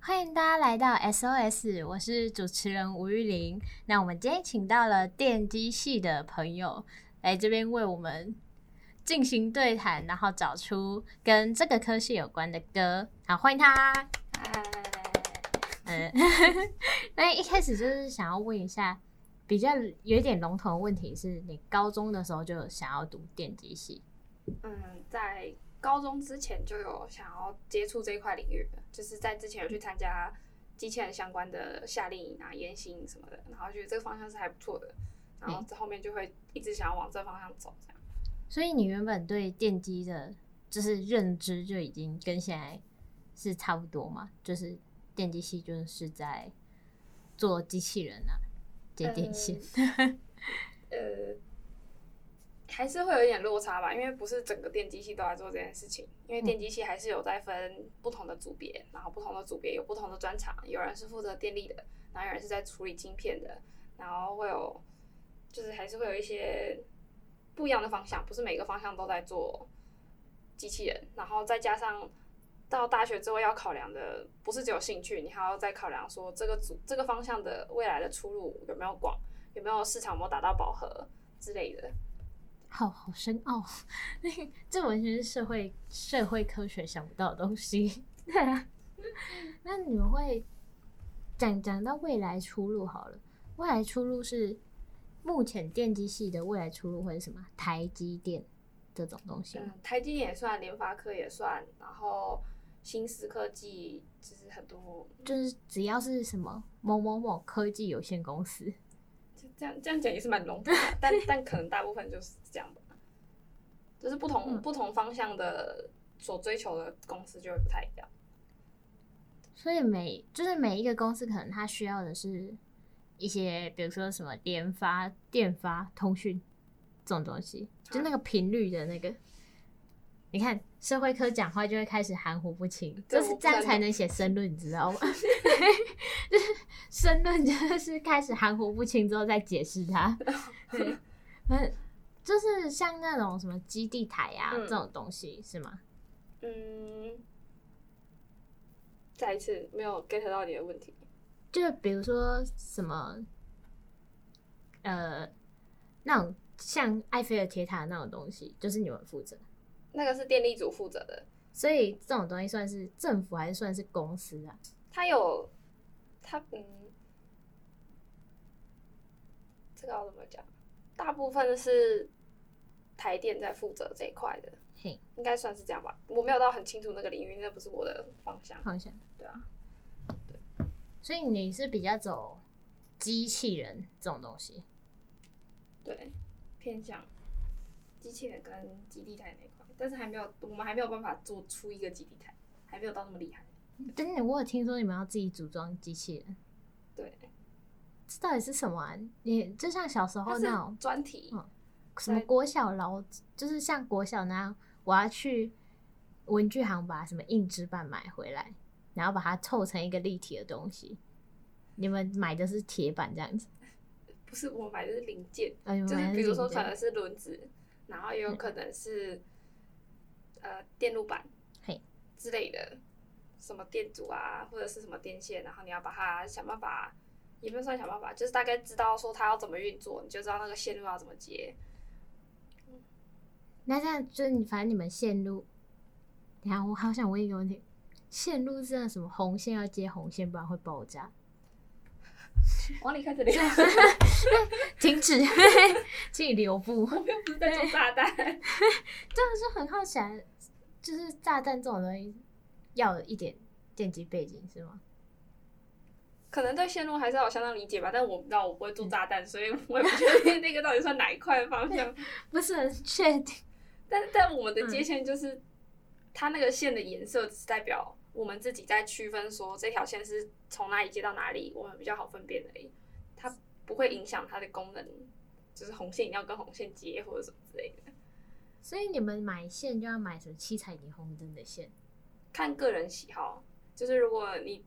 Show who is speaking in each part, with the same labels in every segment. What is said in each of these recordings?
Speaker 1: 欢迎大家来到 SOS，我是主持人吴玉玲。那我们今天请到了电机系的朋友来这边为我们进行对谈，然后找出跟这个科系有关的歌。好，欢迎他。嗯，那一开始就是想要问一下，比较有一点笼统的问题是，你高中的时候就想要读电机系，
Speaker 2: 嗯，在高中之前就有想要接触这一块领域了，就是在之前有去参加机器人相关的夏令营啊、研习营什么的，然后觉得这个方向是还不错的，然后后面就会一直想要往这方向走，这样。
Speaker 1: 所以你原本对电机的，就是认知就已经跟现在是差不多嘛？就是电机系就是在做机器人啊，接电线。
Speaker 2: 呃，还是会有一点落差吧，因为不是整个电机系都在做这件事情，因为电机系还是有在分不同的组别，然后不同的组别有不同的专长，有人是负责电力的，然后有人是在处理晶片的，然后会有就是还是会有一些不一样的方向，不是每个方向都在做机器人，然后再加上。到大学之后要考量的不是只有兴趣，你还要再考量说这个组这个方向的未来的出路有没有广，有没有市场有没有达到饱和之类的。
Speaker 1: 好好深奥， 那个这完全是社会社会科学想不到的东西。 对啊，那你们会讲讲到未来出路好了，未来出路是目前电机系的未来出路会是什么？台积电这种东西吗？
Speaker 2: 嗯，台积电也算，联发科也算，然后新思科技就是很多，
Speaker 1: 就是只要是什么某某某科技有限公司，
Speaker 2: 这这样这样讲也是蛮笼统 的，但但可能大部分就是这样吧，就是不同、
Speaker 1: 嗯
Speaker 2: 不同方向的所追求的公司就会不太一样。
Speaker 1: 所以每就是每一个公司可能它需要的是一些，比如说什么联发、电发、通讯这种东西，就那个频率的那个。你看社会科讲话就会开始含糊不清，
Speaker 2: 对
Speaker 1: 就是
Speaker 2: 我不
Speaker 1: 这样
Speaker 2: 能
Speaker 1: 才能写申论，你知道吗？ 就是申论就是开始含糊不清之后再解释 它。对，嗯，就是像那种什么基地台呀、
Speaker 2: 嗯
Speaker 1: 这种东西是吗？
Speaker 2: 嗯，再一次没有 get 到你的问题。
Speaker 1: 就比如说什么，呃，那种像埃菲尔铁塔那种东西，就是你们负责，
Speaker 2: 那个是电力组负责的，
Speaker 1: 所以这种东西算是政府还是算是公司啊？
Speaker 2: 他有他嗯，这个要怎么讲？大部分是台电在负责这一块的，
Speaker 1: 嘿，
Speaker 2: 应该算是这样吧。我没有到很清楚那个领域，那不是我的方向。
Speaker 1: 方向
Speaker 2: 对啊，
Speaker 1: 所以你是比较走机器人这种东西，
Speaker 2: 对，偏向机器人跟基地台那一块，但是还没有，我们还没有办法做出一个基地台，还没有到那么厉害。
Speaker 1: 等你我有听说你们要自己组装机器人，
Speaker 2: 对，
Speaker 1: 这到底是什么、啊？你就像小时
Speaker 2: 它
Speaker 1: 候
Speaker 2: 是
Speaker 1: 哦那种
Speaker 2: 专题，
Speaker 1: 嗯什么国小劳，就是像国小那样，我要去文具行把什么硬纸板买回来，然后把它凑成一个立体的东西。你们买的是铁板这样子，
Speaker 2: 不是我买的是零件，
Speaker 1: 呃，你们
Speaker 2: 就是
Speaker 1: 买的
Speaker 2: 比如说
Speaker 1: 立体
Speaker 2: 可
Speaker 1: 的嗯
Speaker 2: 能是轮子，然后也有可能是、呃电路板
Speaker 1: 嘿
Speaker 2: 之类的，什么电阻啊，或者是什么电线，然后你要把它想办法，也不是算想办法，就是大概知道说它要怎么运作，你就知道那个线路要怎么接。
Speaker 1: 那这样就是你，反正你们线路，等一下我好想问一个问题：线路是那什么红线要接红线，不然会爆炸？
Speaker 2: 往 里看这里，
Speaker 1: 停 止，请你留步。
Speaker 2: 我又不是在做炸弹。
Speaker 1: 真的是很好奇啊，就是炸弹这种东西要有一点电机背景是吗？
Speaker 2: 可能对线路还是要有相当理解吧，但我不知道我不会
Speaker 1: 嗯
Speaker 2: 做炸弹，所以我也不确定那个到底算哪一块的方向。
Speaker 1: 不是很确定。
Speaker 2: 但但我们
Speaker 1: 嗯
Speaker 2: 的界限就是，它那个线的颜色只是代表我们自己在区分说这条线是从哪里接到哪里，我们比较好分辨而已。它不会影响它的功能，就是红线一定要跟红线接或者什么之类的，
Speaker 1: 所以你们买线就要买什么七彩霓虹灯的线，
Speaker 2: 看个人喜好。就是如果你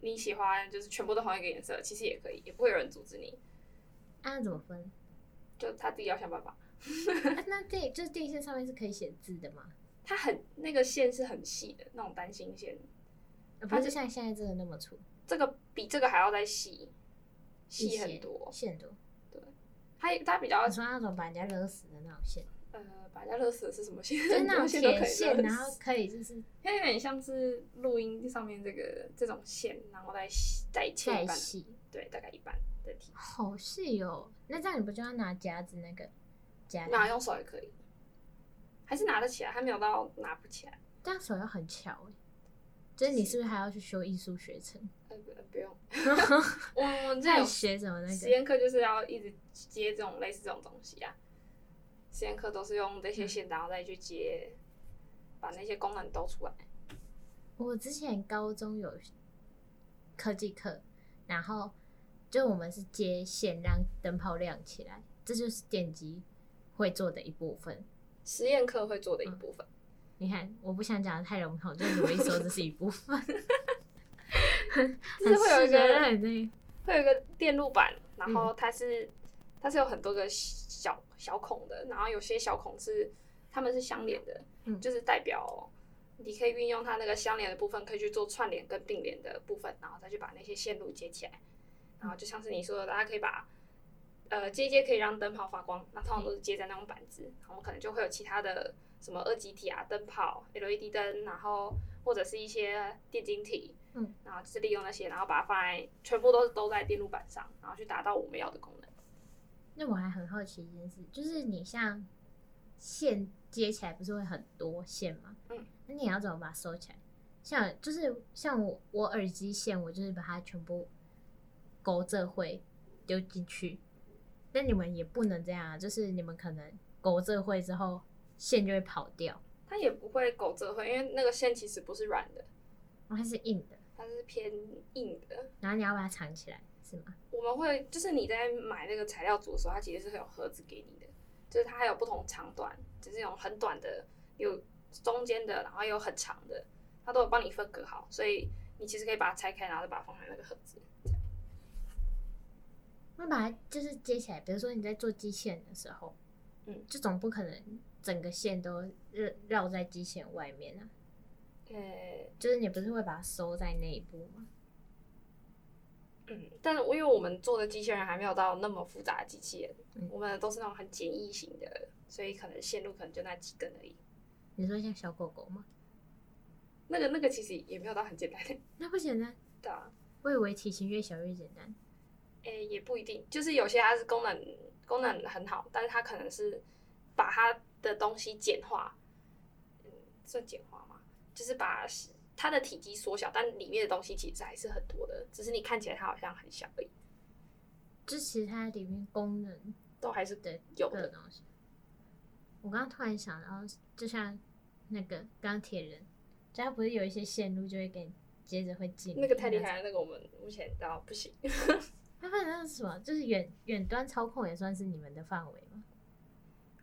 Speaker 2: 你喜欢就是全部都同一个颜色，其实也可以，也不会有人阻止你，
Speaker 1: 啊，怎么分？
Speaker 2: 就他自己要想办法。
Speaker 1: 啊、那电就是电线上面是可以写字的吗？
Speaker 2: 它很那个线是很细的那种单心线，
Speaker 1: 呃不是像现在这个那么粗，
Speaker 2: 这个比这个还要再细，
Speaker 1: 一
Speaker 2: 细很
Speaker 1: 些嗯
Speaker 2: 多。啊
Speaker 1: 线多。
Speaker 2: 它它比较
Speaker 1: 你说那种把人家勒死的那种线，
Speaker 2: 呃，把人家勒死的是什么线？
Speaker 1: 就是那
Speaker 2: 很多
Speaker 1: 种
Speaker 2: 线都可
Speaker 1: 铁
Speaker 2: 以勒
Speaker 1: 线，
Speaker 2: 死
Speaker 1: 然后可以就是
Speaker 2: 它有点像是录音上面这个这种线，然后再细再切
Speaker 1: 再
Speaker 2: 一半，
Speaker 1: 细，
Speaker 2: 对，大概一半的体。
Speaker 1: 好细哦。那这样你不就要拿夹子那个夹？
Speaker 2: 那用手也可以，还是拿得起来，还没有到拿不起来。
Speaker 1: 这样手要很巧哎。就是你是不是还要去修艺术学程？
Speaker 2: 呃，不呃不用， 我我 们这
Speaker 1: 在
Speaker 2: 有
Speaker 1: 学什么那
Speaker 2: 实
Speaker 1: 个？
Speaker 2: 验课就是要一直接这种类似这种东西啊。实验课都是用
Speaker 1: 嗯
Speaker 2: 这些线，然后再去接，把那些功能都出来。
Speaker 1: 我之前高中有科技课，然后就我们是接线让灯泡亮起来，这就是电机会做的一部分。
Speaker 2: 实验课会做的一部分，
Speaker 1: 你看，我不想讲的太笼统，就努力说这是一部分。
Speaker 2: 就是会有一个
Speaker 1: 嗯 很那
Speaker 2: 会有一个电路板，然后它是、它是有很多个小小孔的，然后有些小孔是它们是相连的，
Speaker 1: 嗯
Speaker 2: 就是代表你可以运用它那个相连的部分，可以去做串联跟并联的部分，然后再去把那些线路接起来，然后就像是你说的，大家可以把。呃，接一接可以让灯泡发光，那通常都是接在那种板子，然后我们可能就会有其他的什么二极体啊、灯泡、LED 灯，然后或者是一些电晶体，然后就是利用那些，然后把它放在全部都是都在电路板上，然后去达到我们要的功能。
Speaker 1: 那我还很好奇一件事，就是你像线接起来不是会很多线吗？
Speaker 2: 嗯，
Speaker 1: 那你要怎么把它收起来？像就是像我我耳机线，我就是把它全部勾这会丢进去。那你们也不能这样啊，就是你们可能勾这会之后线就会跑掉，
Speaker 2: 它也不会狗折会，因为那个线其实不是软的，
Speaker 1: 然后它是硬的，
Speaker 2: 它是偏硬的。
Speaker 1: 然后你要把它藏起来，是吗？
Speaker 2: 我们会就是你在买那个材料组的时候，它其实是会有盒子给你的，就是它还有不同长短，就是有很短的，有中间的，然后有很长的，它都有帮你分隔好，所以你其实可以把它拆开，然后再把它放在那个盒子。
Speaker 1: 那把它就是接起来，比如说你在做基线的时候，
Speaker 2: 嗯，
Speaker 1: 这种不可能整个线都绕绕在基线外面啊，
Speaker 2: 呃，
Speaker 1: 就是你不是会把它收在内部吗？
Speaker 2: 嗯， 但是因为我们做的机器人还没有到那么复杂的机器人，
Speaker 1: 嗯
Speaker 2: 我们都是那种很简易型的，所以可能线路可能就那几根而已。
Speaker 1: 你说像小狗狗吗？
Speaker 2: 那个那个其实也没有到很简单，
Speaker 1: 那不简单，
Speaker 2: 对啊，
Speaker 1: 我以为体型越小越简单。
Speaker 2: 诶、也不一定，就是有些它是功能功能很好，但是它可能是把它的东西简化，嗯，算简化吗？就是把它的体积缩小，但里面的东西其实还是很多的，只是你看起来它好像很小而已，
Speaker 1: 就其实它里面功能
Speaker 2: 都还是
Speaker 1: 的
Speaker 2: 有
Speaker 1: 各种
Speaker 2: 的。
Speaker 1: 东西。我刚刚突然想到，就像那个钢铁人，就它不是有一些线路就会给你接着会进
Speaker 2: 那个太厉
Speaker 1: 了。
Speaker 2: 害了，那个我们目前到不行。
Speaker 1: 它反正是什么，就是远远端操控也算是你们的范围吗？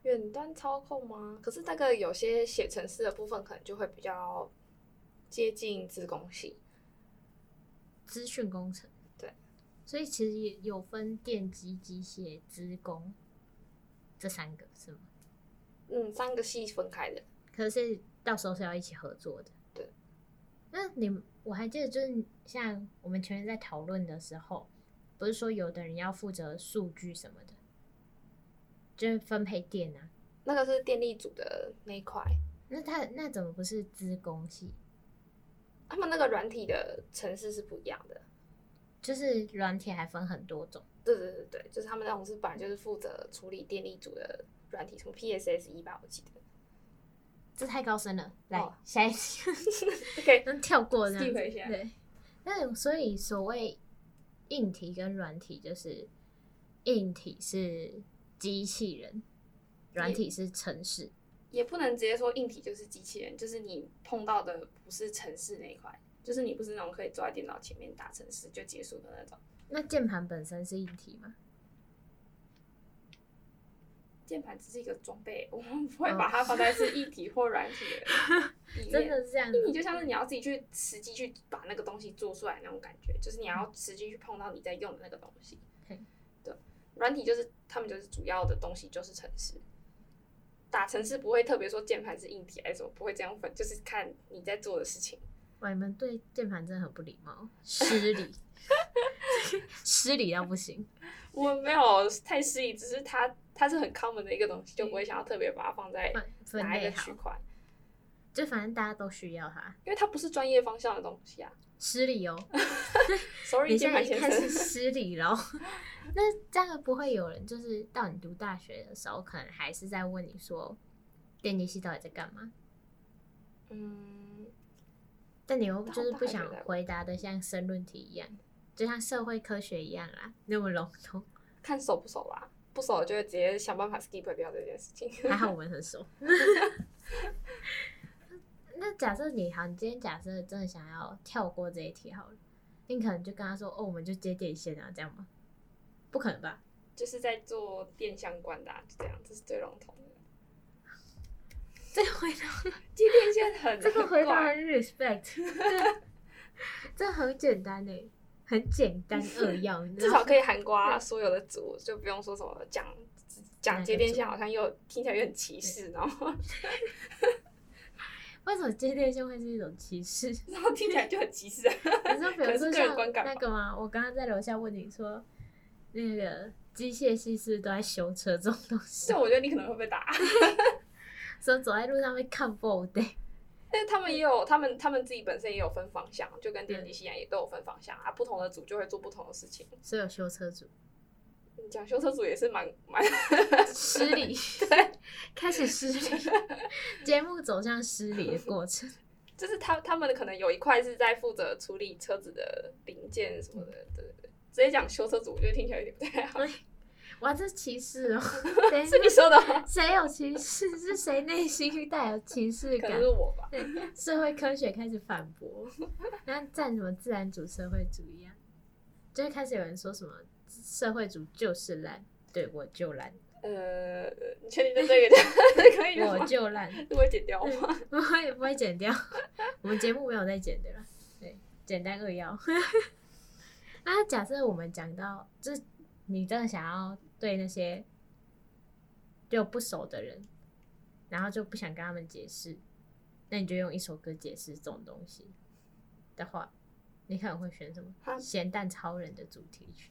Speaker 2: 远端操控吗？可是那个有些写程式的部分可能就会比较接近自工系，
Speaker 1: 资讯工程。
Speaker 2: 对，
Speaker 1: 所以其实也有分电机、机械、资工这三个是吗？
Speaker 2: 嗯，三个系分开的。
Speaker 1: 可是到时候是要一起合作的。
Speaker 2: 对。
Speaker 1: 那你们我还记得，就是像我们前面在讨论的时候，不是说有的人要负责数据什么的，就是分配电啊。
Speaker 2: 那个是电力组的那一块，
Speaker 1: 那他那怎么不是资工系？
Speaker 2: 他们那个软体的程式是不一样的。
Speaker 1: 就是软体还分很多种，
Speaker 2: 对对对对，就是他们那种是本来就是负责处理电力组的软体，什么 PSS 一 E 吧，我记得。
Speaker 1: 这太高深了。来，
Speaker 2: 哦
Speaker 1: 下一题。
Speaker 2: OK，
Speaker 1: 能跳过这样
Speaker 2: Skip
Speaker 1: 子
Speaker 2: 一下
Speaker 1: 对，那所以所谓硬体跟软体，就是硬体是机器人，软体是城市。
Speaker 2: 也不能直接说硬体就是机器人，就是你碰到的不是程式那一块，就是你不是那种可以坐在电脑前面打程式就结束的那种。
Speaker 1: 那键盘本身是硬体吗？
Speaker 2: 键盘只是一个装备，我们不会把它放在是一体或软体 的里
Speaker 1: 嗯真
Speaker 2: 面。
Speaker 1: 的是这样啊
Speaker 2: 一
Speaker 1: 子
Speaker 2: 体就像是你要自己去实际去把那个东西做出来那种感觉，就是你
Speaker 1: 嗯
Speaker 2: 要实际去碰到你在用的那个东西
Speaker 1: 嘿。
Speaker 2: 对，软体就是他们就是主要的东西就是程式，打程式不会特别说键盘是硬体还是什么，不会这样分，就是看你在做的事情。
Speaker 1: 哇，你们对键盘真的很不礼 貌。
Speaker 3: 失礼，失礼到不行。
Speaker 2: 我没有太失意，只是它它是很 common 的一个东西，就不会想要特别把它放在
Speaker 1: 分嗯分
Speaker 2: 哪一
Speaker 1: 类
Speaker 2: 个
Speaker 1: 好
Speaker 2: 区，块，
Speaker 1: 就反正大家都需要它。
Speaker 2: 因为它不是专业方向的东西啊。
Speaker 1: 失礼哦，
Speaker 2: Sorry，
Speaker 1: 你
Speaker 2: 键
Speaker 1: 现在
Speaker 2: 盘
Speaker 1: 已经
Speaker 2: 先
Speaker 1: 开始
Speaker 2: 生，
Speaker 1: 失礼了。 那这样不会有人就是到你读大学的时候，可能还是在问你说电机系到底在干嘛？
Speaker 2: 嗯，
Speaker 1: 但你又
Speaker 2: 到
Speaker 1: 就是
Speaker 2: 大
Speaker 1: 不
Speaker 2: 学
Speaker 1: 想
Speaker 2: 在问
Speaker 1: 回答的像申论题一样，就像社会科学一样啦，那么笼统。
Speaker 2: 看熟不熟啦，不熟就会直接想办法 skip 掉这件事情。
Speaker 1: 还好我们很熟。 那假设你好，你今天假设真的想要跳过这一题好了，你可能就跟他说：“哦，我们就接电线啊，这样吗？”不可能吧？
Speaker 2: 就是在做电相关的、啊，就这样，这是最笼统的。
Speaker 1: 这个回答，
Speaker 2: 接电线 很
Speaker 1: 这个
Speaker 2: 很
Speaker 1: 回答
Speaker 2: 怪
Speaker 1: 很 respect，这很简单诶、很简单扼要，你知
Speaker 2: 至
Speaker 1: 道
Speaker 2: 少
Speaker 1: 吗
Speaker 2: 可以涵盖所有的组，就不用说什么讲讲接电线，好像又听起来有点歧视，然后
Speaker 1: 为什么接电线会是一种歧 视？
Speaker 2: 然后听起来就很歧视、啊。
Speaker 1: 你说比如
Speaker 2: 可
Speaker 1: 说
Speaker 2: 是个人
Speaker 1: 像
Speaker 2: 观感吧
Speaker 1: 那个吗？我刚刚在楼下问你说，那个机械系是不是都在修车这种东西
Speaker 2: 这？我觉得你可能会被打，啊
Speaker 1: 说走在路上会看欸 b 的，
Speaker 2: 但是他们也有他们他们自己本身也有分方向，就跟
Speaker 1: 嗯
Speaker 2: 电机系一样也都有分方向啊。不同的组就会做不同的事情。
Speaker 1: 所以有修车组
Speaker 2: 你讲修车组也是蛮蛮
Speaker 1: 失 礼， 开始失礼， 节目走向失礼的过程。
Speaker 2: 就是他他们可能有一块是在负责处理车子的零件什么的，对对对。直接讲修车组，我觉得听起来有点不太 好。
Speaker 1: 哇，这歧视 哦！等一下
Speaker 2: 是你说的吗，
Speaker 1: 谁有歧视？是谁内心带有歧视
Speaker 2: 可
Speaker 1: 感
Speaker 2: 能？是我吧。
Speaker 1: 对，社会科学开始反 驳，那站什么自然主、社会主义啊？就会开始有人说什么社会主就是烂，对我就 烂，
Speaker 2: 呃，你确定在这个 讲可以
Speaker 1: 我
Speaker 2: 吗？
Speaker 1: 就烂，
Speaker 2: 我会剪掉吗？
Speaker 1: 不会不会剪掉， 我们节目没有在剪的啦。对，简单扼要。 那假设我们讲到，就是你真的想要对那些就不熟的人，然后就不想跟他们解释，那你就用一首歌解释这种东西的话，你可能会选什么
Speaker 2: 哈
Speaker 1: 《咸蛋超人》的主题 曲？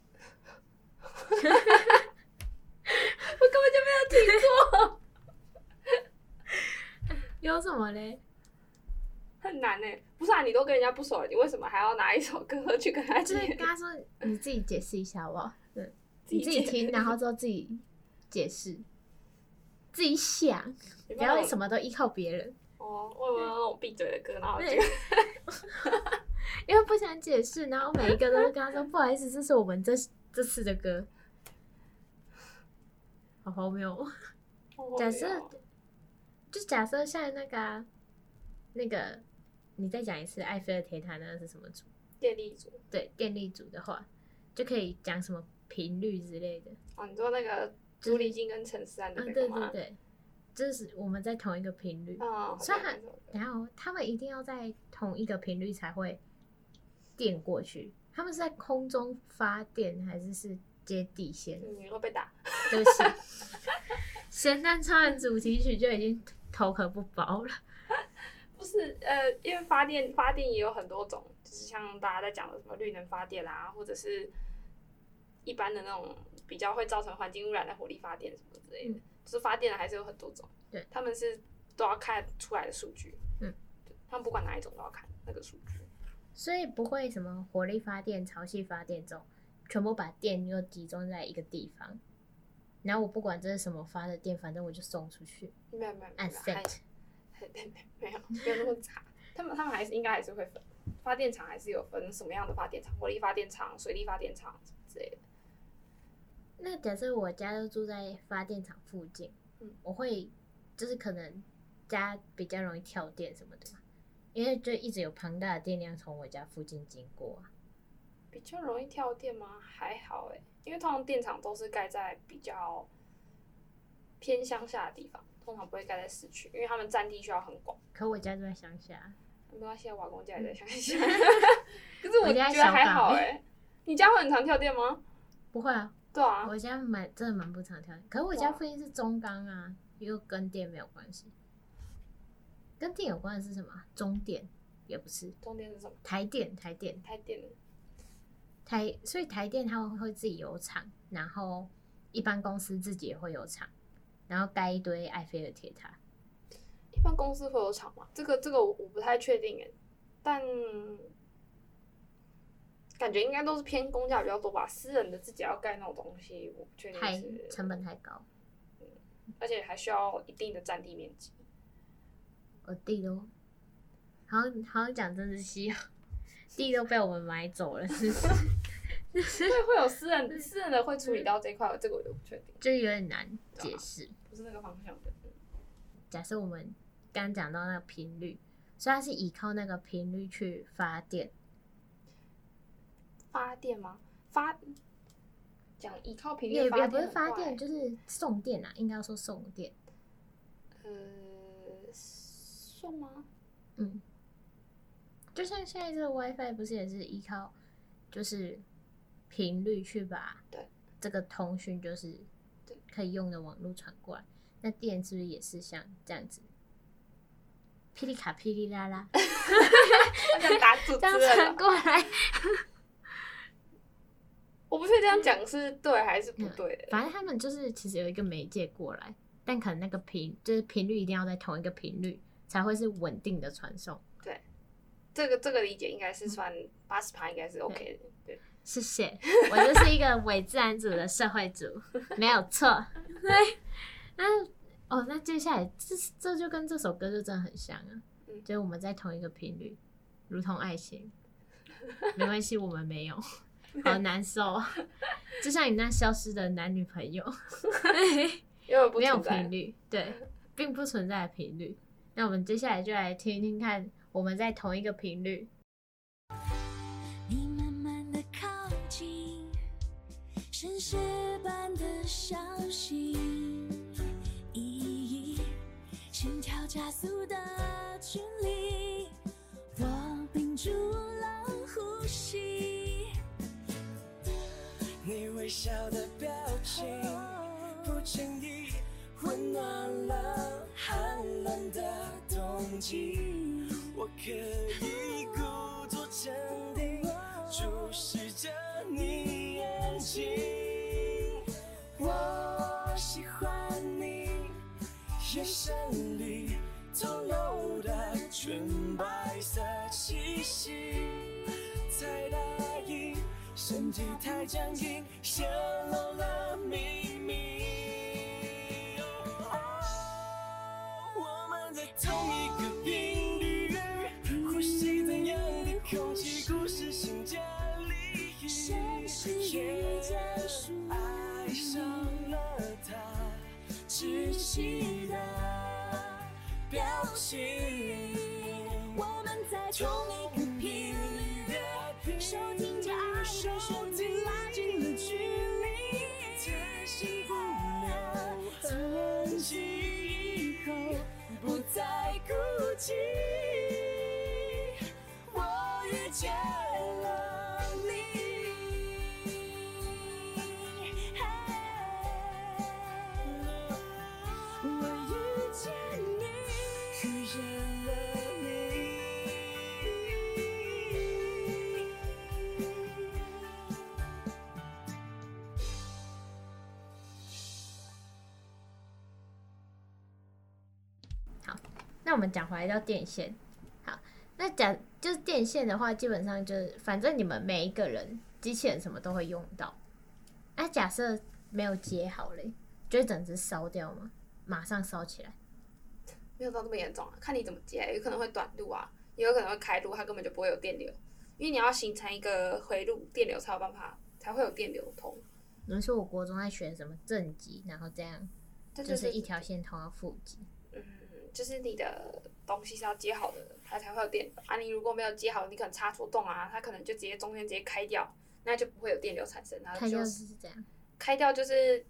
Speaker 2: 我根本就没有听过，
Speaker 1: 有什么嘞？
Speaker 2: 很难呢、不是啊，你都跟人家不熟了，你为什么还要拿一首歌去跟他
Speaker 1: 就是
Speaker 2: 解？
Speaker 1: 跟他说你自己解释一下好不好？对，
Speaker 2: 自己
Speaker 1: 你自己
Speaker 2: 解
Speaker 1: 听，然后之后自己解释，自己想，
Speaker 2: 你
Speaker 1: 不要
Speaker 2: 那
Speaker 1: 什
Speaker 2: 种
Speaker 1: 么都依靠别人，
Speaker 2: 哦，我有没有那种闭嘴的歌，然后就
Speaker 1: 对 因为不想解释，然后每一个都跟他说不好意思，这是我们这这次的歌，好荒谬哦。
Speaker 2: 哦
Speaker 1: 假设
Speaker 2: 没有
Speaker 1: 就假设像那个啊、那个，你再讲一次埃菲尔铁塔那个是什么组？
Speaker 2: 电力组
Speaker 1: 对，电力组的话，就可以讲什么频率之类的。
Speaker 2: 啊，你说那个
Speaker 1: 就是
Speaker 2: 朱丽金跟陈思安的
Speaker 1: 嗯，对
Speaker 2: 那
Speaker 1: 嗯
Speaker 2: 个
Speaker 1: 对
Speaker 2: 吗？
Speaker 1: 对，就是我们在同一个频率。
Speaker 2: 啊，
Speaker 1: 虽然
Speaker 2: 然
Speaker 1: 然后他们一定要在同一个频率才会电过去。他们是在空中发电，还是是接地线？
Speaker 2: 嗯你会被打，
Speaker 1: 对不起， 《咸蛋超人》主题曲就已经头壳不薄了。
Speaker 2: 不是呃，因为发电发电也有很多种，就是像大家在讲的什么绿能发电啦、或者是一般的那种比较会造成环境污染的火力发电什么之类的，
Speaker 1: 嗯
Speaker 2: 就是发电的还是有很多种。
Speaker 1: 对，
Speaker 2: 他们是都要看出来的数据。
Speaker 1: 嗯
Speaker 2: 对，他们不管哪一种都要看那个数据。
Speaker 1: 所以不会什么火力发电、潮汐发电这种，全部把电又集中在一个地方。然后我不管这是什么发的电，反正我就送出去，
Speaker 2: 没有没有没有
Speaker 1: 按
Speaker 2: 没有还
Speaker 1: set。
Speaker 2: 没有没有那么杂。他们他们还是应该还是会分发电厂，还是有分什么样的发电厂，火力发电厂、水力发电厂什么之类的。
Speaker 1: 那假设我家就住在发电厂附近，
Speaker 2: 嗯
Speaker 1: 我会就是可能家比较容易跳电什么的嘛，因为就一直有庞大的电量从我家附近经过啊。
Speaker 2: 比较容易跳电吗？还好哎、因为通常电厂都是盖在比较偏乡下的地方，通常不会盖在市区，因为他们占地需要很广。
Speaker 1: 可我家住在乡下，
Speaker 2: 没关系啊，我阿公家也在乡下， 可是
Speaker 1: 嗯我
Speaker 2: 我
Speaker 1: 家
Speaker 2: 觉
Speaker 1: 小欸
Speaker 2: 得还
Speaker 1: 港
Speaker 2: 好哎、你家会很常跳电吗？
Speaker 1: 不会啊，
Speaker 2: 对啊，
Speaker 1: 我家蛮真的蛮不常跳电，可是我家
Speaker 2: 哇
Speaker 1: 附近是中钢啊，又跟电没有关系。跟电有关的是什么啊？中电也不是
Speaker 2: 重点是什么？
Speaker 1: 台电，台电，
Speaker 2: 台电的
Speaker 1: 台，所以台电他们会自己有厂，然后一般公司自己也会有厂，然后盖一堆埃菲尔铁塔。
Speaker 2: 一般公司会有厂吗？这个这个我我不太确定哎，但感觉应该都是偏公家比较多吧。私人的自己要盖那种东西，我不确定
Speaker 1: 太
Speaker 2: 是
Speaker 1: 成本太高，
Speaker 2: 而且还需要一定的占地面 积。
Speaker 1: 我地都好像好像讲真是稀有，地都被我们买走了，是 不是
Speaker 2: 对，会有私
Speaker 1: 嗯
Speaker 2: 人私人的会处理到这一块，这个我就不确定，
Speaker 1: 就有点难解
Speaker 2: 啊
Speaker 1: 释。
Speaker 2: 不是那个方向的。
Speaker 1: 假设我们刚讲到那个频率，所以它是依靠那个频率去发电，
Speaker 2: 发电吗？发讲依靠频
Speaker 1: 也
Speaker 2: 率
Speaker 1: 也
Speaker 2: 发
Speaker 1: 不是
Speaker 2: 电，
Speaker 1: 发电，，就是送电啊，应该要说送电。
Speaker 2: 呃，算吗？
Speaker 1: 嗯，就像现在这个 WiFi 不是也是依靠就是频率去把
Speaker 2: 对
Speaker 1: 这个通讯就是
Speaker 2: 对
Speaker 1: 可以用的网络传过来，那电是不是也是像这样子噼里卡噼里啦
Speaker 2: 哦
Speaker 1: 啦
Speaker 2: 他想打主
Speaker 1: 这样
Speaker 2: 持人啊
Speaker 1: 传
Speaker 2: 了，
Speaker 1: 过来？
Speaker 2: 我不确定这样
Speaker 1: 嗯
Speaker 2: 讲是对还是不对的。
Speaker 1: 反正他们就是其实有一个媒介过来，但可能那个频就是频率一定要在同一个频率才会是稳定的传送。
Speaker 2: 这个这个理解应该
Speaker 1: 嗯
Speaker 2: 是算八十趴，应该是 OK 的。对，
Speaker 1: 谢谢， 我就是一个伪自然组的社会 组，没有错。对，那哦，那接下来这这就跟这首歌就真的很像啊，
Speaker 2: 嗯
Speaker 1: 就是我们在同一个频率，如同爱 情。没关系，我们没有，好难受啊，就像你那消失的男女朋 友，
Speaker 2: 因为不
Speaker 1: 没有
Speaker 2: 存
Speaker 1: 频
Speaker 2: 在。
Speaker 1: 率，对，并不存在的频率。那我们接下来就来听一听看，我们在同一个频率
Speaker 4: 你慢慢的靠近，绅士般的小心翼翼，线条加速的距离，我屏住了呼吸。
Speaker 5: 你微笑的表情，不经意温暖了寒冷的冬季。我可以故作镇定，注视着你眼睛。我喜欢你，眼神里透露的纯白色气息。太大意，身体太僵硬，泄露了秘密。哦我们在同一个频率，呼吸同样的空气，故事性建立。
Speaker 4: 像是遇见属于
Speaker 5: 爱上了他，窒息的表情。
Speaker 4: 我们在同一个频率，
Speaker 5: 率
Speaker 4: 收听着爱的
Speaker 5: 收
Speaker 4: 声
Speaker 5: 听
Speaker 4: 音
Speaker 5: 拉近了距离，贴心不留痕迹，以后不再孤寂。我遇见了你。我遇见你，遇见了你。
Speaker 1: 那我们讲回来到电线，好，那讲就是电线的话，基本上就是反正你们每一个人机器人什么都会用到。那、假设没有接好嘞，就会整只烧掉吗？马上烧起来，
Speaker 2: 没有到这么严重啊，看你怎么接，有可能会短路啊，也有可能会开路，它根本就不会有电流，因为你要形成一个回路，电流才有办法，才会有电流通。
Speaker 1: 你们说我国中在学什么正极，然后这样
Speaker 2: 这
Speaker 1: 就是一条线通到负极，
Speaker 2: 嗯，就是你的东西是要接好的，它才会有电流啊。你如果没有接好，你可能插错洞啊，它可能就直接中间直接开掉，那就不会有电流产生，然后
Speaker 1: 它
Speaker 2: 啊就
Speaker 1: 就是是这样，
Speaker 2: 开掉就是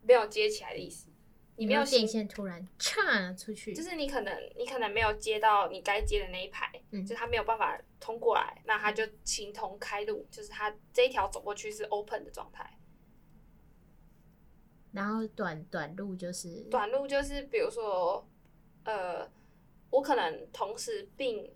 Speaker 2: 没有接起来的意思。你没有
Speaker 1: 然后电
Speaker 2: 形
Speaker 1: 线突然嚓出去，
Speaker 2: 就是你可能你可能没有接到你该接的那一排，
Speaker 1: 嗯
Speaker 2: 就它没有办法通过来，那它就形同开路，就是它这一条走过去是 open 的状态。
Speaker 1: 然后短短路就是
Speaker 2: 短路就是比如说，呃，我可能同时并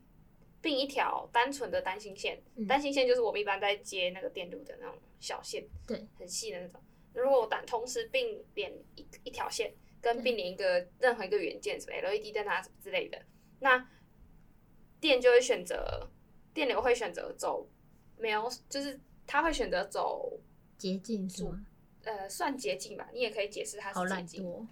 Speaker 2: 并一条单纯的单行线，
Speaker 1: 嗯
Speaker 2: 单行线就是我们一般在接那个电路的那种小线，
Speaker 1: 对，
Speaker 2: 很细的那种。如果我单同时并连一一条线，跟
Speaker 1: 对
Speaker 2: 并连一个任何一个元件，什么 LED 灯啊什么之类的，那电就会选择电流会选择走没有，就是它会选择走
Speaker 1: 捷径是吗？
Speaker 2: 呃算捷径吧，你也可以解释它
Speaker 1: 好
Speaker 2: 是捷
Speaker 1: 懒
Speaker 2: 径。
Speaker 1: 惰，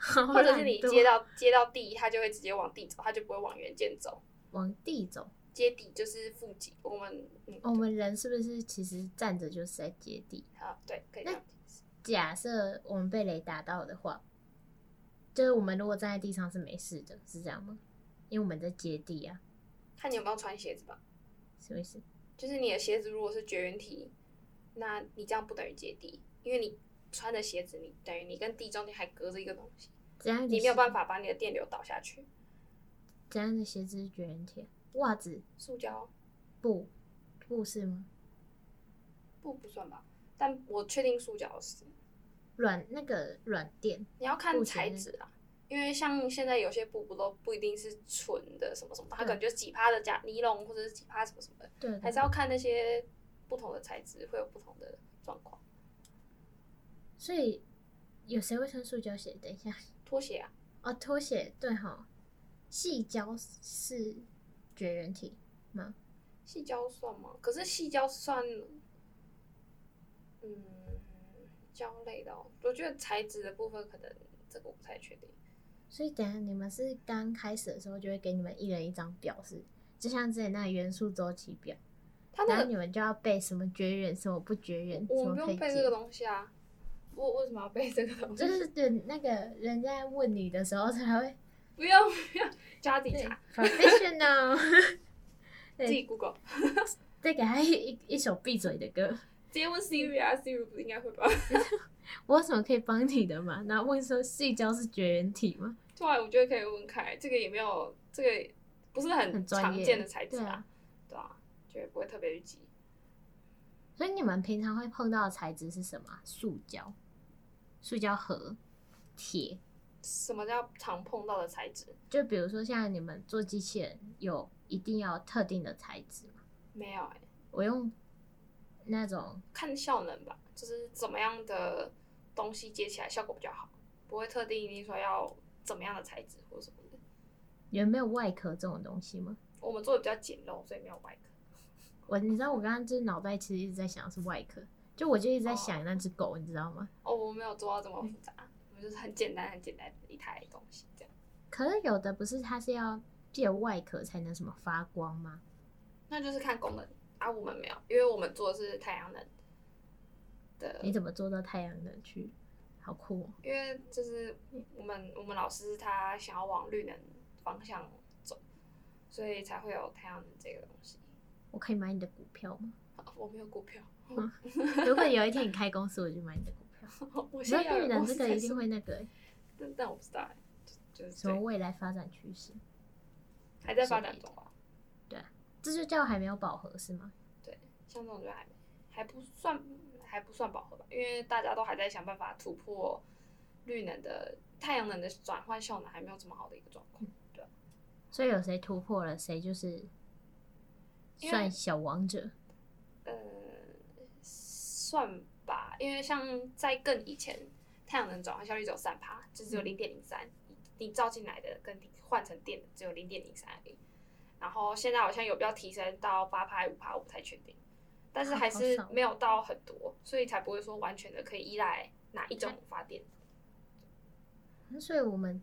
Speaker 1: 好哦懒惰
Speaker 2: 或者是你接到接到地，它就会直接往地走，它就不会往原件走。
Speaker 1: 往地走，
Speaker 2: 接地就是负极，我们嗯，
Speaker 1: 我们人是不是其实站着就是在接地？
Speaker 2: 啊对，可以这样解释。
Speaker 1: 假设我们被雷打到的话，就是我们如果站在地上是没事的，是这样吗？因为我们在接地啊，
Speaker 2: 看你有没有穿鞋子吧，
Speaker 1: 什么意思？
Speaker 2: 就是你的鞋子如果是绝缘体，那你这样不等于接地，因为你穿的鞋子，你等于你跟地中间还隔着一个东西，
Speaker 1: 怎样？
Speaker 2: 你没有
Speaker 1: 法。
Speaker 2: 办法把你的电流导下去。
Speaker 1: 怎样的鞋子是绝缘体？袜子、
Speaker 2: 塑胶
Speaker 1: 布、布是吗？
Speaker 2: 布不算吧，但我确定塑胶是。
Speaker 1: 软那个软垫，
Speaker 2: 你要看
Speaker 1: 布鞋
Speaker 2: 材
Speaker 1: 那
Speaker 2: 质啊，因为像现在有些布不都不一定是纯的什么什么，它可
Speaker 1: 对
Speaker 2: 能就几趴的假尼龙或者是几趴什么什么的，
Speaker 1: 对对
Speaker 2: 还是要看那些不同的材质会有不同的状况。
Speaker 1: 所以有谁会穿塑胶鞋？等一下，
Speaker 2: 拖鞋啊，
Speaker 1: 哦，拖鞋对哈，细胶是绝缘体吗？
Speaker 2: 细胶算吗？可是细胶算，嗯，胶类的、哦，我觉得材质的部分可能这个我不太确定。
Speaker 1: 所以等一下你们是刚开始的时候就会给你们一人一张表是，就像之前那个元素周期表，
Speaker 2: 它
Speaker 1: 然
Speaker 2: 那
Speaker 1: 后
Speaker 2: 个
Speaker 1: 你们就要背什么绝缘，什么不绝缘，
Speaker 2: 我
Speaker 1: 什
Speaker 2: 们
Speaker 1: 么可以
Speaker 2: 不用
Speaker 1: 接
Speaker 2: 背这个东西啊，我我为什么要背这个东西？
Speaker 1: 就是等那个人家问你的时候才会
Speaker 2: 不用不用，叫他自己
Speaker 1: 对
Speaker 2: 查，
Speaker 1: professional，对
Speaker 2: 自己 Google，
Speaker 1: 再给他一一 一首闭嘴的歌。
Speaker 2: 直接问 Siri 啊，Siri 不是应该会吧？
Speaker 1: 我有什么可以帮你的嘛？然后问说细胶是绝缘体吗？
Speaker 2: 对啊，我觉得可以问开，这个也没有，这个不是很
Speaker 1: 很专
Speaker 2: 常
Speaker 1: 业
Speaker 2: 见的材质
Speaker 1: 对
Speaker 2: 啊
Speaker 1: 啊，
Speaker 2: 对啊，就也不会特别去记。
Speaker 1: 所以你们平常会碰到的材质是什么啊？塑胶、塑胶盒、铁。
Speaker 2: 什么叫常碰到的材质？
Speaker 1: 就比如说，像你们做机器人有一定要特定的材质吗？
Speaker 2: 没有哎、
Speaker 1: 我用那种
Speaker 2: 看效能吧，就是怎么样的东西接起来效果比较好，不会特定一定说要怎么样的材质或什么的。
Speaker 1: 有没有外壳这种东西吗？
Speaker 2: 我们做的比较简陋，所以没有外壳。
Speaker 1: 我你知道我刚刚就是脑袋其实一直在想的是外壳，就我就一直在
Speaker 2: 哦
Speaker 1: 想那只狗，你知道吗？
Speaker 2: 哦，我们没有做到这么复杂，我们就是很简单、很简单的一台东西这样。
Speaker 1: 可是有的不是它是要借外壳才能什么发光吗？
Speaker 2: 那就是看功能啊，我们没有，因为我们做的是太阳能的
Speaker 1: 你怎么做到太阳能去？好酷哦！
Speaker 2: 因为就是我们我们老师他想要往绿能方向走，所以才会有太阳能这个东西。
Speaker 1: 我可以买你的股票吗？
Speaker 2: 啊我没有股票，
Speaker 1: 如果有一天你开公司，我就买你的股票。
Speaker 2: 我
Speaker 1: 我
Speaker 2: 现
Speaker 1: 觉
Speaker 2: 在
Speaker 1: 得绿能这个一定
Speaker 2: 会，
Speaker 1: 会那个欸
Speaker 2: 但但我不知道欸，就就是
Speaker 1: 什么
Speaker 2: 对
Speaker 1: 未来发展趋势，
Speaker 2: 还在发展中吧。
Speaker 1: 这就叫还没有饱和是吗？
Speaker 2: 对，像这种就还还不算还不算饱和吧，因为大家都还在想办法突破绿能的太阳能的转换效能还没有这么好的一个状况。对，
Speaker 1: 所以有谁突破了，谁就是
Speaker 2: 因为
Speaker 1: 算小王者。
Speaker 2: 呃，算吧，因为像在更以前，太阳能转换效率只有三趴，就
Speaker 1: 嗯
Speaker 2: 只有零点零三，你照进来的跟你换成电的只有零点零三而已。然后现在好像有比较提升到八趴、五趴，我不太确定，但是还是
Speaker 1: 好好少哦
Speaker 2: 没有到很多，所以才不会说完全的可以依赖哪一种
Speaker 1: 嗯
Speaker 2: 发电。
Speaker 1: 那所以我们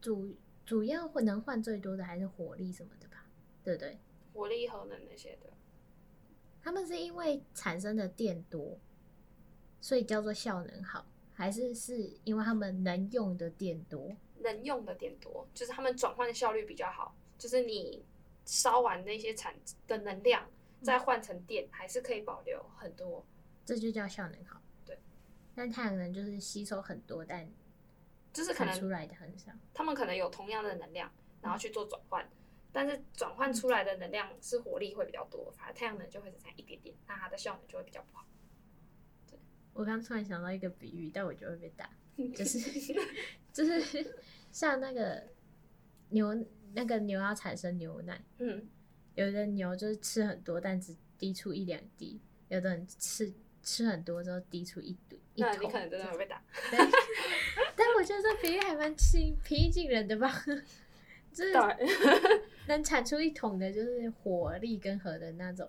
Speaker 1: 主主要会能换最多的还是火力什么的吧，对不对？
Speaker 2: 火力、核能那些的，
Speaker 1: 他们是因为产生的电多，所以叫做效能好，还是是因为他们能用的电多？
Speaker 2: 能用的电多，就是他们转换的效率比较好，就是你烧完那些产的能量，再换成电，还是可以保留很多。
Speaker 1: 这就叫效能好。
Speaker 2: 对，
Speaker 1: 但太阳能就是吸收很多，但
Speaker 2: 就是可
Speaker 1: 产出
Speaker 2: 能
Speaker 1: 来的很少。
Speaker 2: 他们可能有同样的能量，然后去做转换，但是转换出来的能量是火力会比较多，反而太阳能就会只占一点点，那它的效能就会比较不好。
Speaker 1: 我刚突然想到一个 比喻，但我就会被打，就是就是像那个牛那个牛要产生牛奶，
Speaker 2: 嗯，
Speaker 1: 有的牛就是吃很多，但只滴出一两滴；有的人吃吃很多之后滴出一堆一
Speaker 2: 那
Speaker 1: 桶。
Speaker 2: 你可能真的会被打。
Speaker 1: 对但我觉得这比喻还蛮平平易近人的吧， 就是
Speaker 2: 当然，
Speaker 1: 能产出一桶的，就是火力跟核的那种。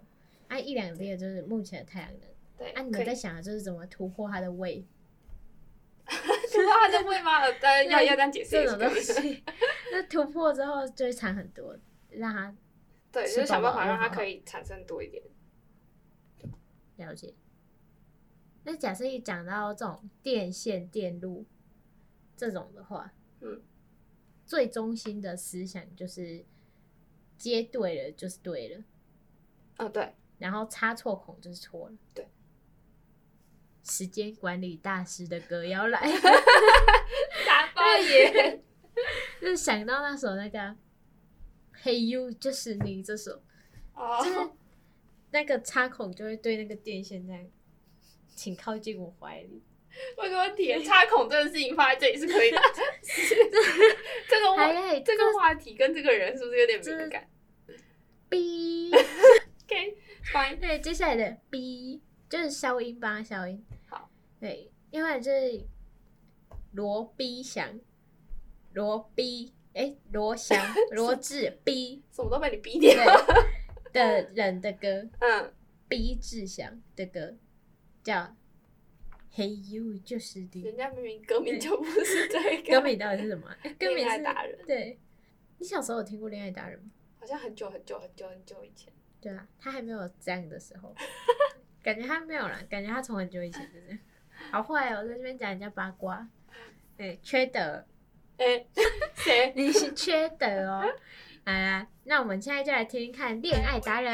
Speaker 1: 啊，一两滴的就是目前的太阳能。
Speaker 2: 对，
Speaker 1: 啊，你
Speaker 2: 可
Speaker 1: 们
Speaker 2: 以
Speaker 1: 在想的就是怎么突破它的胃，
Speaker 2: 突破他的胃吗？呃，要
Speaker 1: 对
Speaker 2: 要这样解释也
Speaker 1: 这
Speaker 2: 是
Speaker 1: 种
Speaker 2: 可
Speaker 1: 东
Speaker 2: 以的。
Speaker 1: 西， 那突破之后就会产很多，让它
Speaker 2: 对，就
Speaker 1: 吃
Speaker 2: 是想
Speaker 1: 饱
Speaker 2: 办法
Speaker 1: 饱
Speaker 2: 让
Speaker 1: 就
Speaker 2: 它
Speaker 1: 好
Speaker 2: 可以产生多一点。
Speaker 1: 了解。那假设一讲到这种电线、电路这种的话，
Speaker 2: 嗯，
Speaker 1: 最中心的思想就是接对了就是对了，
Speaker 2: 嗯，对，
Speaker 1: 然后插错孔就是错了。
Speaker 2: 对，
Speaker 1: 时间管理大师的歌要 来，
Speaker 2: 打包也。
Speaker 1: 就是想到那首那个《Hey You》，就是你这首，就是
Speaker 2: 哦，
Speaker 1: 那个插孔就会对那个电线这样，请靠近我怀里。
Speaker 2: 我个问题，插孔这个事情放在这里是可以 的。这个
Speaker 1: 还
Speaker 2: 话，
Speaker 1: 可以
Speaker 2: 这个话题跟这个人是不是有点敏感
Speaker 1: 哔，
Speaker 2: ？OK，fine。
Speaker 1: 对，接下来的哔就是消音吧，消音。
Speaker 2: 好，
Speaker 1: 对，因为就是罗宾祥，罗宾，哎，罗翔， 罗志 B
Speaker 2: 什么都被你逼掉。
Speaker 1: 对的人的歌
Speaker 2: 嗯，
Speaker 1: ，B 志祥的歌叫《Hey You》，就是
Speaker 2: 人
Speaker 1: 你。
Speaker 2: 家明明歌名就不是这个，
Speaker 1: 歌名到底是什 么啊？歌名
Speaker 2: 恋爱
Speaker 1: 是
Speaker 2: 达人
Speaker 1: 对，你小时候有听过《恋爱达人》吗？
Speaker 2: 好像很久很久很久很久以前。
Speaker 1: 对啊，他还没有这样的时候，感觉他没有啦，感觉他从很久以前就这样。好坏哦，在这边讲人家八卦，对，缺德，
Speaker 2: 哎，谁？
Speaker 1: 你是缺德哦。好啦，那我们现在就来听听看《恋爱达人》。